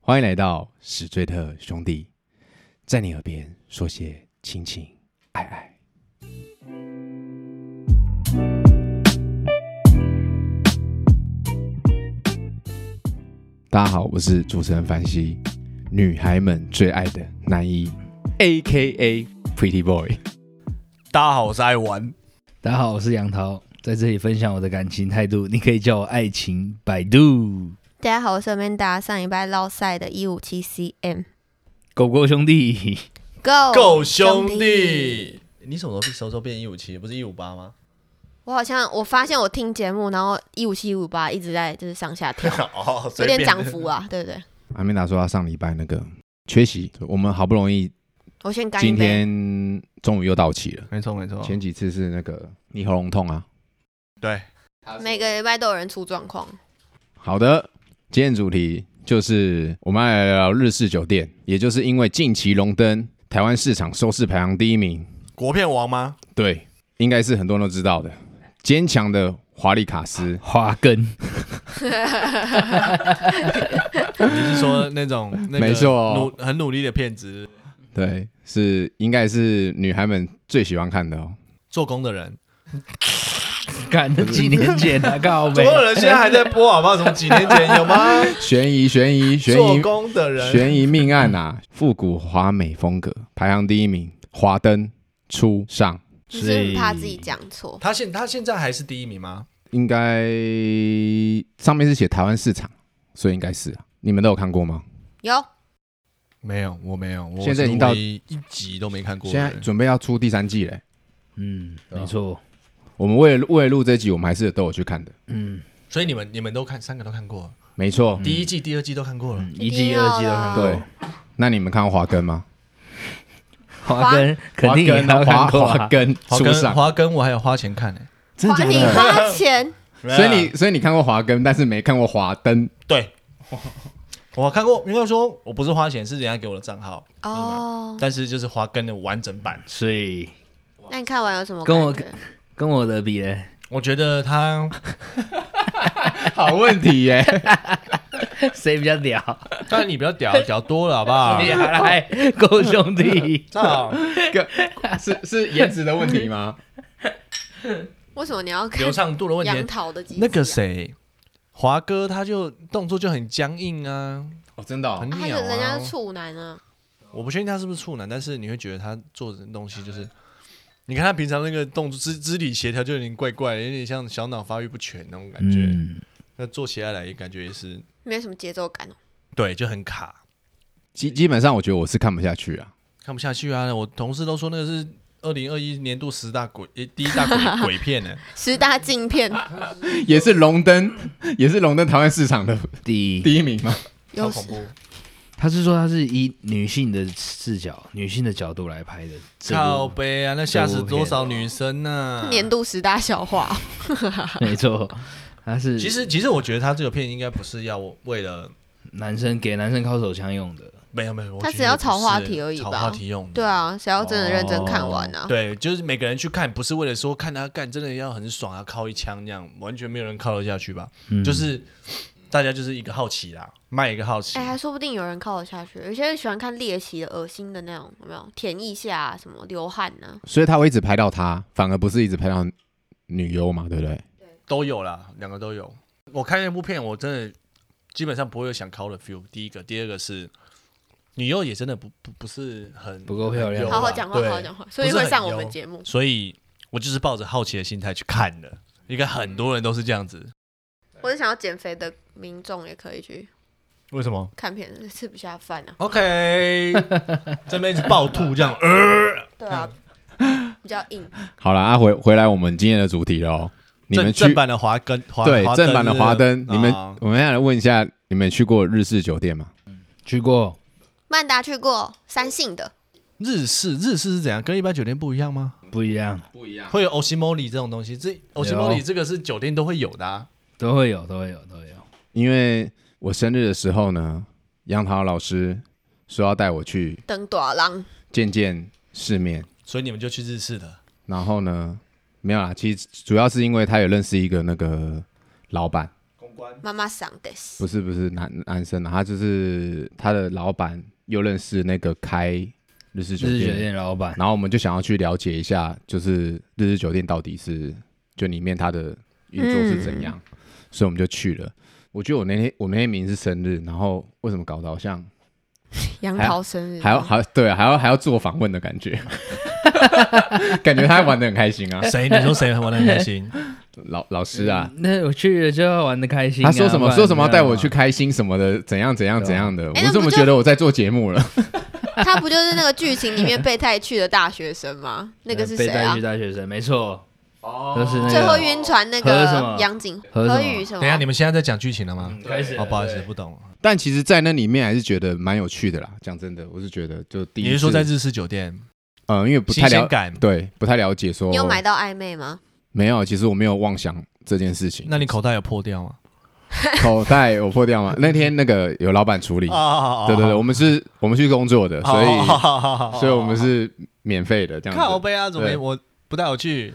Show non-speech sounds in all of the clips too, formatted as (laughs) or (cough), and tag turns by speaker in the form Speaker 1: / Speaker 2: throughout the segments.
Speaker 1: 欢迎来到史最特兄弟，在你耳边说些亲情爱爱。大家好，我是主持人凡西，女孩们最爱的男一，A K A Pretty Boy。
Speaker 2: 大家好，我是爱玩。
Speaker 3: 大家好，我是杨桃，在这里分享我的感情态度，你可以叫我爱情百度。
Speaker 4: 大家好，我是 Amanda，上礼拜捞赛的一五七 cm
Speaker 3: 狗狗兄弟，
Speaker 4: Go
Speaker 2: 够兄，弟，
Speaker 5: 你什么时候什么时候变一五七？不是一五八 (laughs) 吗？
Speaker 4: 我好像我发现我听节目，然后一五七一五八一直在就是上
Speaker 5: (laughs)
Speaker 4: 下跳，
Speaker 2: 哦，
Speaker 4: 有
Speaker 2: 随
Speaker 4: 点
Speaker 2: 便
Speaker 4: 涨幅啊，对不对？
Speaker 1: 阿米达说他上礼拜那个缺席，我们好不容易
Speaker 4: 我先干一
Speaker 1: 今
Speaker 4: 杯。
Speaker 1: 天终于又到齐了。
Speaker 5: 没错没错
Speaker 1: 前几次是那个你喉咙痛啊，
Speaker 2: 对，
Speaker 4: 每个礼拜都有人出状况，
Speaker 1: 好的，今天主题就是我们来聊聊日式酒店，也就是因为近期荣登台湾市场收视排行第一名，
Speaker 2: 国片王吗？
Speaker 1: 对，应该是很多人都知道的，坚强的华丽卡斯，
Speaker 3: 华根，
Speaker 5: 你是说那种那个
Speaker 1: 没错
Speaker 5: 努很努力的骗子，
Speaker 1: 对，是应该是女孩们最喜欢看的哦。
Speaker 5: 做工的人，
Speaker 3: (laughs) 干几年前啊，靠
Speaker 5: 做
Speaker 3: 北
Speaker 5: 工的人现在还在播，好不好？从几年前有吗？
Speaker 1: 悬疑，悬疑， (laughs) 悬
Speaker 5: 做
Speaker 1: 疑，
Speaker 5: 工的人，
Speaker 1: 悬疑命案啊，复古华美风格，排行第一名，华灯初上，
Speaker 4: 只是很怕自己讲错。
Speaker 5: 他现他现在还是第一名吗？
Speaker 1: 应该上面是写台湾市场，所以应该是啊。你们都有看过吗？
Speaker 4: 有
Speaker 5: 没有，我没有，我
Speaker 1: 现在已经到
Speaker 5: 是唯一一集都没看过的
Speaker 1: 现在
Speaker 5: 人。
Speaker 1: 准备要出第三季嘞、
Speaker 3: 嗯，
Speaker 5: 哦
Speaker 3: 没错，
Speaker 1: 我们为了为了录这集，我们还是都有去看的。
Speaker 3: 嗯，
Speaker 5: 所以你们你们都看三个都看过了，
Speaker 1: 没错，
Speaker 5: 第一季、第二季都看过了。
Speaker 3: 嗯一
Speaker 4: 一定
Speaker 3: 季、
Speaker 4: 要
Speaker 3: 二季都看
Speaker 1: 对
Speaker 3: 过。。
Speaker 1: 那你们看过华根吗？
Speaker 3: 华根肯定也
Speaker 1: 华根
Speaker 3: 要看过
Speaker 1: 华
Speaker 3: 啊
Speaker 1: 华，根
Speaker 5: 华
Speaker 1: 初
Speaker 5: 根
Speaker 1: 上，
Speaker 5: 华根我还有花钱看呢、
Speaker 3: 真的
Speaker 4: 花
Speaker 3: 假
Speaker 4: 你
Speaker 5: (laughs)
Speaker 3: 的？
Speaker 4: 花钱，
Speaker 1: 所以你所以你看过华根，但是没看过华灯。
Speaker 5: 对， (laughs) 我看过，应该说我不是花钱，是人家给我的账号，
Speaker 4: 哦，
Speaker 5: 但是就是花根的完整版。
Speaker 3: 所以
Speaker 4: 那你看完有什么
Speaker 3: 跟我
Speaker 4: 感觉？
Speaker 3: 跟我的比呢， (laughs)
Speaker 5: 我觉得他
Speaker 1: 好问题耶、
Speaker 3: 谁比较屌？
Speaker 5: 当然你比较 (laughs) 屌，屌多了，好不好？
Speaker 3: 你 (laughs) 来，狗兄弟，
Speaker 5: 操，
Speaker 1: (laughs) 是是颜值的问题吗？
Speaker 4: 为什么你要看
Speaker 5: 流畅度的问
Speaker 4: 杨
Speaker 5: 题。
Speaker 4: 桃的几集啊？
Speaker 5: 那个谁，华哥他就动作就很僵硬啊，
Speaker 1: 哦，真的、
Speaker 5: 很
Speaker 1: 哦，
Speaker 4: 啊，他
Speaker 5: 鸟
Speaker 4: 就人
Speaker 5: 啊
Speaker 4: 家。是处男啊，
Speaker 5: 我不确定他是不是处男，但是你会觉得他做的东西就是，你看他平常那个动作肢肢体协调就有点怪怪的，有点像小脑发育不全那种 (laughs) 感觉。
Speaker 3: 嗯，
Speaker 5: 那做起来来也感觉也是，
Speaker 4: 没什么节奏感哦。
Speaker 5: 对，就很卡，
Speaker 1: 基基本上我觉得我是看不下去啊。
Speaker 5: 看不下去啊！我同事都说那个是二零二一年度十大鬼诶第一大鬼鬼片呢、
Speaker 4: 十大镜
Speaker 5: (laughs)
Speaker 4: 片
Speaker 1: 也是荣登，也是荣登台湾市场的
Speaker 3: 第一，
Speaker 1: 第一名吗？
Speaker 5: 超
Speaker 4: (laughs) 有
Speaker 5: 恐怖。
Speaker 3: 他是说他是以女性的视角、女性的角度来拍的这
Speaker 5: 靠
Speaker 3: 部，
Speaker 5: 背啊！那吓死多少女生啊呢、
Speaker 4: 年度十大笑话。
Speaker 3: 没错，他是
Speaker 5: 其实，其实我觉得他这个片应该不是要为了
Speaker 3: 男生给男生靠手枪用的，
Speaker 5: 没有没有，我
Speaker 4: 他
Speaker 5: 觉
Speaker 4: 只
Speaker 5: 得
Speaker 4: 要
Speaker 5: 不
Speaker 4: 炒话
Speaker 5: 是
Speaker 4: 题而已
Speaker 5: 炒
Speaker 4: 吧
Speaker 5: 话题用的。
Speaker 4: 对啊，谁要真的认真看完啊？
Speaker 5: 哦对，就是每个人去看，不是为了说看他干，真的要很爽啊，靠一枪那样，完全没有人靠得下去吧？
Speaker 3: 嗯
Speaker 5: 就是大家就是一个好奇啦，卖一个好奇。
Speaker 4: 哎、还说不定有人靠得下去。有些人喜欢看猎奇的、恶心的那种，有没有？舔一下、啊、什么流汗呢、
Speaker 1: 所以他会一直拍到他，反而不是一直拍到女优嘛，对不对？
Speaker 5: 都有啦，两个都有。我看那部片，我真的基本上不会有想 call 的 feel。第一个，第二个是女优也真的不不不是很
Speaker 3: 不够漂亮
Speaker 5: 很优
Speaker 3: 有
Speaker 5: 啦
Speaker 4: 好好讲话，
Speaker 5: 对
Speaker 4: 好好讲话，所以会上我们节目。
Speaker 5: 所以我就是抱着好奇的心态去看的。应该很多人都是这样子。
Speaker 4: 或者想要减肥的民众也可以去
Speaker 5: 为什么
Speaker 4: 看片，吃不下饭啊。
Speaker 5: ？OK，这 (laughs) 边一直暴吐这样，呃，
Speaker 4: 对啊， (laughs) 比较硬。
Speaker 1: 好了，啊回回来我们今天的主题喽。你们
Speaker 5: 正
Speaker 1: 去
Speaker 5: 正版的华根，华
Speaker 1: 对
Speaker 5: 华灯
Speaker 1: 正版的
Speaker 5: 是不是
Speaker 1: 华灯，你们、
Speaker 5: 啊
Speaker 1: 我们要来问一下，你们去过日式酒店吗？
Speaker 3: 去过
Speaker 4: 曼达去过三性的，
Speaker 5: 日式日式是怎样？跟一般酒店不一样吗？
Speaker 3: 不一样，
Speaker 1: 不一样，
Speaker 5: 会有 Oshimori 这种东西，这 Oshimori 这个是酒店都会有的、啊。
Speaker 3: 都会有，都会有，都会有。
Speaker 1: 因为我生日的时候呢，杨桃老师说要带我去
Speaker 4: 登短郎
Speaker 1: 见见世面，
Speaker 5: 所以你们就去日式的，
Speaker 1: 然后呢，没有啦，其实主要是因为他有认识一个那个老板，
Speaker 5: 官，
Speaker 4: 妈妈桑的是
Speaker 1: 不是不是男男生啊，他就是他的老板又认识那个开日式酒
Speaker 3: 日式酒
Speaker 1: 店，
Speaker 3: 店老板，
Speaker 1: 然后我们就想要去了解一下，就是日式酒店到底是就里面它的运作是怎样，所以我们就去了。我觉得我那天我那天明明是生日，然后为什么搞得好像
Speaker 4: 杨
Speaker 1: 还要
Speaker 4: 桃生日，
Speaker 1: 还要还要对啊还要还要做访问的感觉， (laughs) 感觉他玩的很开心
Speaker 5: (laughs)
Speaker 1: 啊，
Speaker 5: 谁？你说谁玩的很开心？
Speaker 1: 老老师啊，
Speaker 3: 那我去了就要玩的开心嗯啊、
Speaker 1: 他说什
Speaker 3: 不
Speaker 1: 么
Speaker 3: 然
Speaker 1: 说什么要
Speaker 3: 你知道
Speaker 1: 带我
Speaker 3: 吗
Speaker 1: 去开心什么的，怎样怎样怎样的，
Speaker 4: 哎
Speaker 1: 我
Speaker 4: 那
Speaker 1: 怎
Speaker 4: 不
Speaker 1: 么
Speaker 4: 就
Speaker 1: 觉得我在做节目了？
Speaker 4: (laughs) 他不就是那个剧情里面被带去的大学生吗？那
Speaker 3: (laughs)
Speaker 4: 个是谁
Speaker 3: 被带
Speaker 4: 啊
Speaker 3: 去？大学生，没错，哦，就是那个
Speaker 4: 最后晕船那
Speaker 3: 何什么
Speaker 4: 个杨景
Speaker 3: 何什么
Speaker 4: 何宇什
Speaker 5: 等一下，你
Speaker 4: 么？
Speaker 5: 们现在在讲剧情了吗
Speaker 3: 嗯？开始了
Speaker 5: 哦，不好意思，
Speaker 3: 对
Speaker 5: 不懂。
Speaker 1: 但其实，在那里面还是觉得蛮有趣的啦。讲真的，我是觉得就第一
Speaker 5: 你
Speaker 1: 次，
Speaker 5: 是说在日式酒店
Speaker 1: 呃，因为不
Speaker 5: 新
Speaker 1: 太
Speaker 5: 鲜
Speaker 1: 了
Speaker 5: 感？
Speaker 1: 对，不太了解说
Speaker 4: 你有买到暧昧吗？
Speaker 1: 没有？其实我没有妄想这件事情。
Speaker 5: 那你口袋有破掉吗？
Speaker 1: 口袋有破掉吗？那天那个有老板处理，
Speaker 2: 啊
Speaker 5: 哦
Speaker 1: 对对对，我们是我们去工作的，所以
Speaker 2: 以
Speaker 1: 所以我们是免费的这
Speaker 5: 看我
Speaker 1: 样子。
Speaker 5: 背啊，怎么没
Speaker 1: 对
Speaker 5: 我不带我去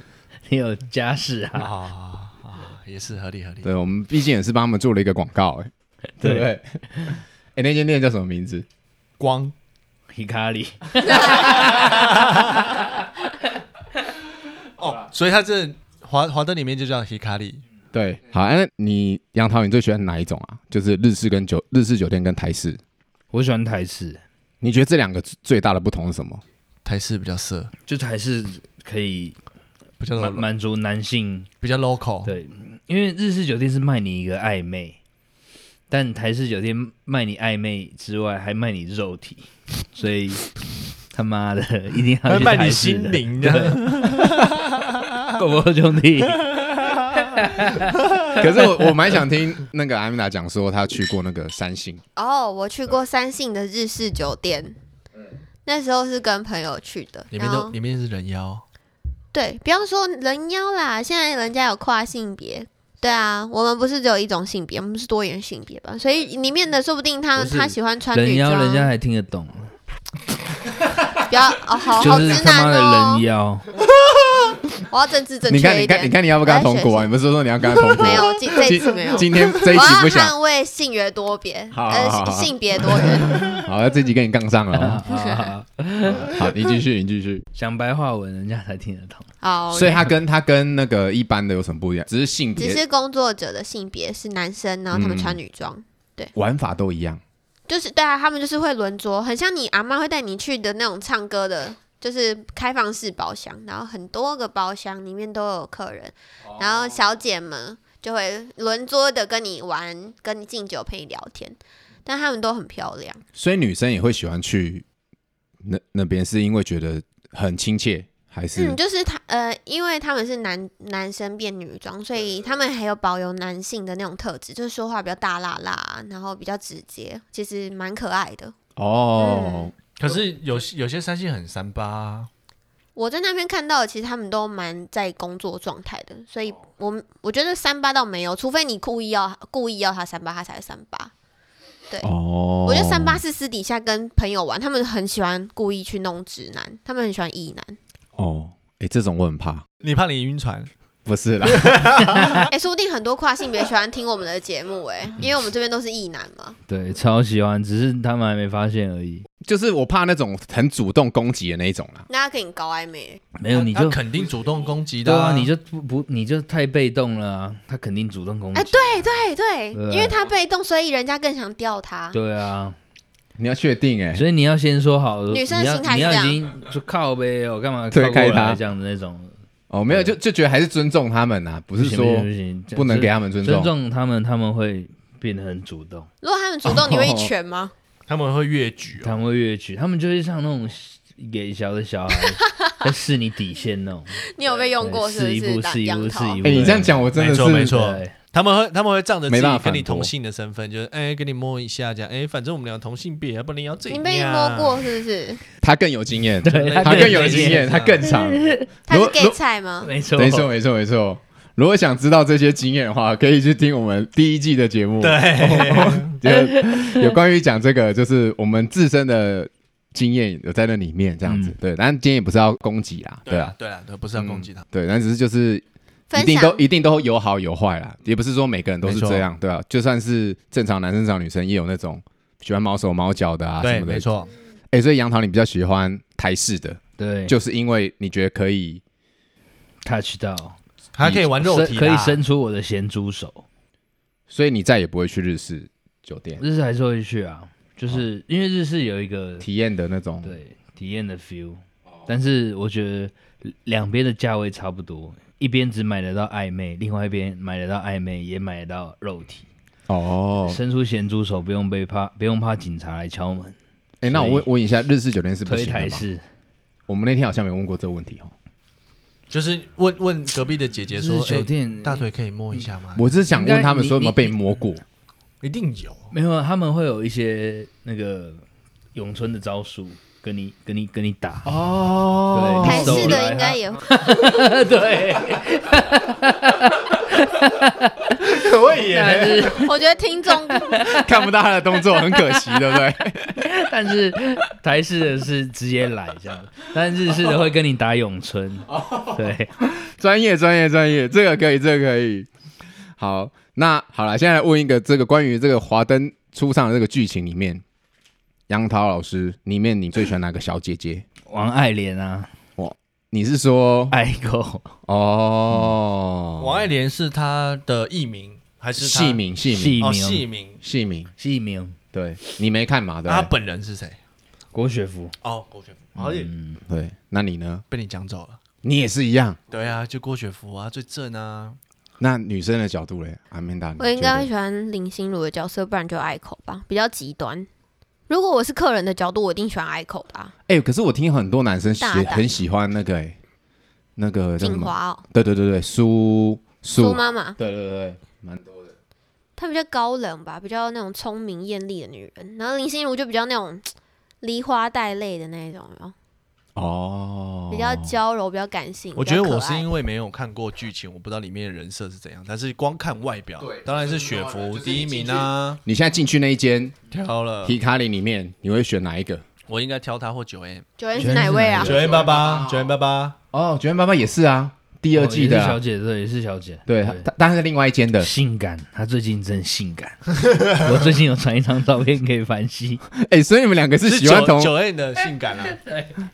Speaker 3: 你有家室啊， (laughs)
Speaker 5: 啊？啊也是合理合理。
Speaker 1: 对，我们毕竟也是帮他们做了一个广告，
Speaker 5: (laughs)
Speaker 1: 哎，对不对？哎，那间店叫什么名字？
Speaker 5: 光
Speaker 3: 皮卡里，
Speaker 5: 哦，所以他这华华灯里面就叫 Hikari。
Speaker 1: 对，好，哎那你杨桃，你最喜欢哪一种啊？就是日式跟酒日式酒店跟台式，
Speaker 3: 我喜欢台式，
Speaker 1: 你觉得这两个最大的不同是什
Speaker 5: (laughs)
Speaker 1: 么？
Speaker 5: 台式比较色，
Speaker 3: 就台式可以
Speaker 5: 比较
Speaker 3: 满满足男性，
Speaker 5: 比较 local。
Speaker 3: 对，因为日式酒店是卖你一个暧昧。但台式酒店卖你暧昧之外，还卖你肉体， (laughs) 所以他妈的一定要
Speaker 5: 还
Speaker 3: 去
Speaker 5: 卖
Speaker 3: 台
Speaker 5: 你
Speaker 3: 式
Speaker 5: 心
Speaker 3: 的
Speaker 5: 灵啊的，
Speaker 3: 够不够兄弟？
Speaker 1: 可是我我蛮想听那个阿米达讲说他去过那个三星，
Speaker 4: 哦，我去过三信的日式酒店，那时候是跟朋友去的，
Speaker 5: 里面
Speaker 4: 然
Speaker 5: 都
Speaker 4: 后
Speaker 5: 里面是人妖，
Speaker 4: 对，不要说人妖啦，现在人家有跨性别。对啊，我们不是只有一种性别，我们是多元性别吧？所以里面的说不定他
Speaker 3: 不是
Speaker 4: 他喜欢穿
Speaker 3: 人
Speaker 4: 女
Speaker 3: 妖人家
Speaker 4: 装，
Speaker 3: 还听得懂，
Speaker 4: 不要哦，好
Speaker 3: 就
Speaker 4: 好
Speaker 3: 是
Speaker 4: 直
Speaker 3: 他
Speaker 4: 男
Speaker 3: 妈的
Speaker 4: 哦
Speaker 3: 人！妖，
Speaker 4: 我要政治正
Speaker 1: 你看
Speaker 4: 确
Speaker 1: 你
Speaker 4: 一
Speaker 1: 看
Speaker 4: 点
Speaker 1: 你。看你要不要跟他通过啊？
Speaker 4: 我来学习
Speaker 1: 你不是说你要跟他通过？
Speaker 4: 没有，今这一次没有
Speaker 1: 今。今
Speaker 4: (laughs)
Speaker 1: 天这一
Speaker 4: 我
Speaker 1: 集
Speaker 4: 要
Speaker 1: 不想，
Speaker 4: 捍卫性别多别，
Speaker 1: 好好好
Speaker 4: 呃，
Speaker 1: 好
Speaker 4: 性别多元。
Speaker 1: (laughs) 好，那这集跟你杠上了
Speaker 3: (laughs)
Speaker 1: 哦。
Speaker 3: 啊
Speaker 1: 好，你继续，你继续。
Speaker 3: 讲白话文人家才听得懂。
Speaker 4: 好，
Speaker 1: 所以他跟他跟那个一般的有什么不一样？只是性
Speaker 4: 只
Speaker 1: 别
Speaker 4: 是工作者的性别是男生，然后他们穿女装，
Speaker 1: 玩法都一样。
Speaker 4: 就是对啊，他们就是会轮桌，很像你阿妈会带你去的那种唱歌的，就是开放式包厢，然后很多个包厢里面都有客人，然后小姐们就会轮桌的跟你玩，跟你敬酒，陪你聊天，但他们都很漂亮。
Speaker 1: 所以女生也会喜欢去那那边，是因为觉得很亲切，还是
Speaker 4: 嗯，就是他呃，因为他们是男男生变女装，所以他们还有保有男性的那种特质，就是说话比较大辣辣，然后比较直接，其实蛮可爱的。
Speaker 1: 哦？
Speaker 5: 可是有有些三星很三八啊，
Speaker 4: 我在那边看到的，其实他们都蛮在工作状态的，所
Speaker 3: 哦
Speaker 4: 以我我觉得三八倒没有，除非你故意要故意要他三八，他才是三八。对
Speaker 1: 哦
Speaker 4: 嗯我觉得三八是私底下跟朋友玩，他们很喜欢故意去弄直男，他们很喜欢异男。
Speaker 1: 哦，哎，这种我很怕。
Speaker 5: 你怕你晕船？
Speaker 1: 不是啦， (laughs)
Speaker 3: 啊
Speaker 4: 哎、说不定很多跨性别喜欢听我们的节目、哎，因为我们这边都是异男嘛。
Speaker 3: 对，超喜欢，只是他们还没发现而已。
Speaker 1: 就是我怕那种很主动攻击的那一种啦。
Speaker 4: 那他跟你搞暧昧，
Speaker 3: 没有你
Speaker 5: 他
Speaker 3: 就
Speaker 5: 肯定主动攻击
Speaker 3: 对
Speaker 5: 的啊，
Speaker 3: 啊，你就不不你就太被动了啊，他肯定主动攻击。
Speaker 4: 哎对对对，
Speaker 3: 对啊
Speaker 4: 因为他被动，所以人家更想钓他。
Speaker 3: 对啊，
Speaker 1: 你要确定哎，
Speaker 3: 所以你要先说好，
Speaker 4: 女生
Speaker 3: 你要
Speaker 4: 心态是
Speaker 3: 你要
Speaker 4: 这样
Speaker 3: 已经就靠呗，我干嘛靠
Speaker 1: 推
Speaker 3: 过
Speaker 1: 开
Speaker 3: 来
Speaker 1: 他
Speaker 3: 这样的那种？
Speaker 1: 哦，没有，就就觉得还是尊重他们呐、不
Speaker 3: 不
Speaker 1: 是
Speaker 3: 行
Speaker 1: 说
Speaker 3: 不行
Speaker 1: 不能给他们
Speaker 3: 不
Speaker 1: 尊
Speaker 3: 行
Speaker 1: 重。
Speaker 3: 尊重他们，他们会变得很主动，
Speaker 4: 如果他们主动，你
Speaker 3: 哦
Speaker 4: 会一拳吗？
Speaker 5: 他们会越举
Speaker 3: 他
Speaker 5: 哦。
Speaker 3: 们会越举，他们就是像那种给小的
Speaker 4: (laughs)
Speaker 3: 小孩在试你底线那种。
Speaker 4: 你有被用过
Speaker 3: 对
Speaker 4: 是不
Speaker 3: 试一
Speaker 4: 是？
Speaker 3: 步
Speaker 4: 打
Speaker 3: 试一
Speaker 4: 杨
Speaker 3: 步
Speaker 4: 桃
Speaker 3: 试一步
Speaker 1: 哎、你这样讲，我真的
Speaker 5: 没
Speaker 1: 是
Speaker 5: 错没错，
Speaker 3: 对，
Speaker 5: 他们会他们会仗着自
Speaker 1: 没办
Speaker 5: 己
Speaker 1: 法
Speaker 5: 跟你
Speaker 1: 反驳
Speaker 5: 同性的身份，就是哎跟你摸一下这样，哎反正我们俩同性别，要不然你要这样。啊
Speaker 4: 你被你摸？过是不是？
Speaker 1: 他更有经验，
Speaker 3: 对
Speaker 1: 他
Speaker 3: 他
Speaker 1: 更
Speaker 3: 更
Speaker 1: 有
Speaker 3: 有
Speaker 1: 经
Speaker 3: 经
Speaker 1: 验，
Speaker 5: 验
Speaker 1: 他更长。
Speaker 4: 他
Speaker 1: 如
Speaker 4: 是
Speaker 1: 果
Speaker 4: gay 菜吗？
Speaker 3: 没错，
Speaker 1: 没错没错没错。如果想知道这些经验的话，可以去听我们第一季的节目，
Speaker 5: (laughs)
Speaker 1: (laughs) 啊
Speaker 5: 对，
Speaker 1: 有有关于讲这个，就是我们自身的经验有在那里面这样子。
Speaker 3: 嗯
Speaker 1: 对，但今天也不是要攻击啦，对
Speaker 5: 对
Speaker 1: 啊嗯
Speaker 5: 啊，对啊，对，不是要攻击他。
Speaker 1: 对，但只是就是一
Speaker 4: 分
Speaker 1: 定都
Speaker 4: 享，
Speaker 1: 一定都有好有坏啦，也不是说每个人都是
Speaker 5: 没错
Speaker 1: 这样，对啊，就算是正常男生找女生，也有那种喜欢毛手毛脚的啊什
Speaker 5: 对，
Speaker 1: 么的
Speaker 5: 没。错，
Speaker 1: 哎、所以杨桃你比较喜欢台式的，
Speaker 3: 对，
Speaker 1: 就是因为你觉得可以
Speaker 3: touch 到，
Speaker 5: 还可以玩肉体啊
Speaker 3: 伸
Speaker 5: 啦，
Speaker 3: 可以伸出我的咸猪手。
Speaker 1: 所以你再也不会去日式酒店
Speaker 3: 日式还是会去啊，就是、因为日式有一个
Speaker 1: 体验的那种。
Speaker 3: 对体验的 feel，但是我觉得两边的价位差不多，一边只买得到暧昧，另外一边买得到暧昧也买得到肉体，
Speaker 1: 哦，
Speaker 3: 伸出咸猪手不用被怕，不用怕警察来敲门，
Speaker 1: 哎、那我问问一下，日式酒店是不
Speaker 3: 推
Speaker 1: 行的
Speaker 3: 台
Speaker 1: 吗？
Speaker 3: 式。
Speaker 1: 我们那天好像没问过这个问题哦。
Speaker 5: 就是问问隔壁的姐姐
Speaker 3: 日
Speaker 5: 说，
Speaker 3: 式酒
Speaker 5: 哎
Speaker 3: 店
Speaker 5: 大腿可以摸一下吗？
Speaker 1: 我是想问他们说有没有被摸过，
Speaker 5: 一定有，
Speaker 1: 哦
Speaker 3: 没有，啊他们会有一些那个咏春的招数。跟你跟你跟你打哦，
Speaker 4: 台式
Speaker 3: 手来
Speaker 4: 的应该也 (laughs) 会
Speaker 3: (laughs) 对，
Speaker 1: 可以耶，
Speaker 3: 但是
Speaker 4: 我觉得听众
Speaker 1: 看不到他的动作，很可惜，对不
Speaker 3: (laughs)
Speaker 1: 对？(laughs)
Speaker 3: 但是台式的是直接来这样，但日式的会跟你打咏春，
Speaker 1: 哦
Speaker 3: 对，
Speaker 1: 专业，专业，专业，这个可以，这个可以。好，那好了，现在来问一个这个关于这个华灯初上的这个剧情里面，杨桃老师里面你最喜欢哪个小姐姐？
Speaker 3: 王爱莲啊，
Speaker 1: 你是说
Speaker 3: 爱狗
Speaker 1: 哦，
Speaker 5: 王爱莲是她的艺名还是她
Speaker 1: 戏？名， (laughs) 戏名，
Speaker 3: 戏
Speaker 5: 哦，戏
Speaker 3: 名
Speaker 5: 名。
Speaker 1: 戏名，
Speaker 3: 戏名
Speaker 1: 对你没看嘛？对嗯
Speaker 5: 那她
Speaker 1: 不
Speaker 5: 本人是谁？
Speaker 3: 郭雪芙，
Speaker 5: 哦，郭雪芙，好像
Speaker 3: 嗯
Speaker 1: 对，对，那你呢？
Speaker 5: 被你讲走了。
Speaker 1: 你也是一样。
Speaker 5: 对啊，就郭雪芙啊，最正啊。
Speaker 1: 那女生的角度嘞，阿曼达，你
Speaker 4: (laughs) 我应
Speaker 1: 觉
Speaker 4: 该
Speaker 1: 得
Speaker 4: 会喜欢林心如的角色，不然就爱口吧，比较极端。如果我是客人的角度，我一定喜欢爱口的、啊。
Speaker 1: 哎、可是我听很多男生喜
Speaker 4: 大胆
Speaker 1: 很喜欢那个、欸、那个叫什
Speaker 4: 锦
Speaker 1: 么？
Speaker 4: 华哦，
Speaker 1: 对对对对，苏
Speaker 4: 苏
Speaker 1: 苏，
Speaker 4: 妈妈，
Speaker 1: 对对对，蛮多的。
Speaker 4: 她比较高冷吧，比较那种聪明艳丽的女人。然后林心如就比较那种梨花带泪的那种，有没有
Speaker 1: 哦，
Speaker 4: 比较娇柔，比较感性。
Speaker 5: 我觉得
Speaker 4: 比较可
Speaker 5: 我是
Speaker 4: 爱
Speaker 5: 因为没有看过剧情，我不知道里面的人设是怎样，但是光看外表，当然是雪芙第一名啊，
Speaker 1: 你现在进去那一间
Speaker 5: 挑了，
Speaker 1: 皮卡里里面，你会选哪一个？
Speaker 5: 我应该挑她或九 M，
Speaker 4: 九人是哪位啊
Speaker 3: 九？
Speaker 5: 九 M 八八，九 M 八八，
Speaker 1: 哦，九元爸爸也是啊，第二季
Speaker 3: 哦也
Speaker 1: 的
Speaker 3: 是
Speaker 1: 啊、
Speaker 3: 小姐，对，也是小姐，
Speaker 1: 对，他他但是另外一间的。
Speaker 3: 性感，她最近真
Speaker 1: (laughs)
Speaker 3: 性感，我最近有传一张照片给凡熙，
Speaker 1: 哎、所以你们两个是喜欢
Speaker 5: 九
Speaker 1: 同
Speaker 5: 九 M 的性感
Speaker 4: (laughs)
Speaker 5: 啊，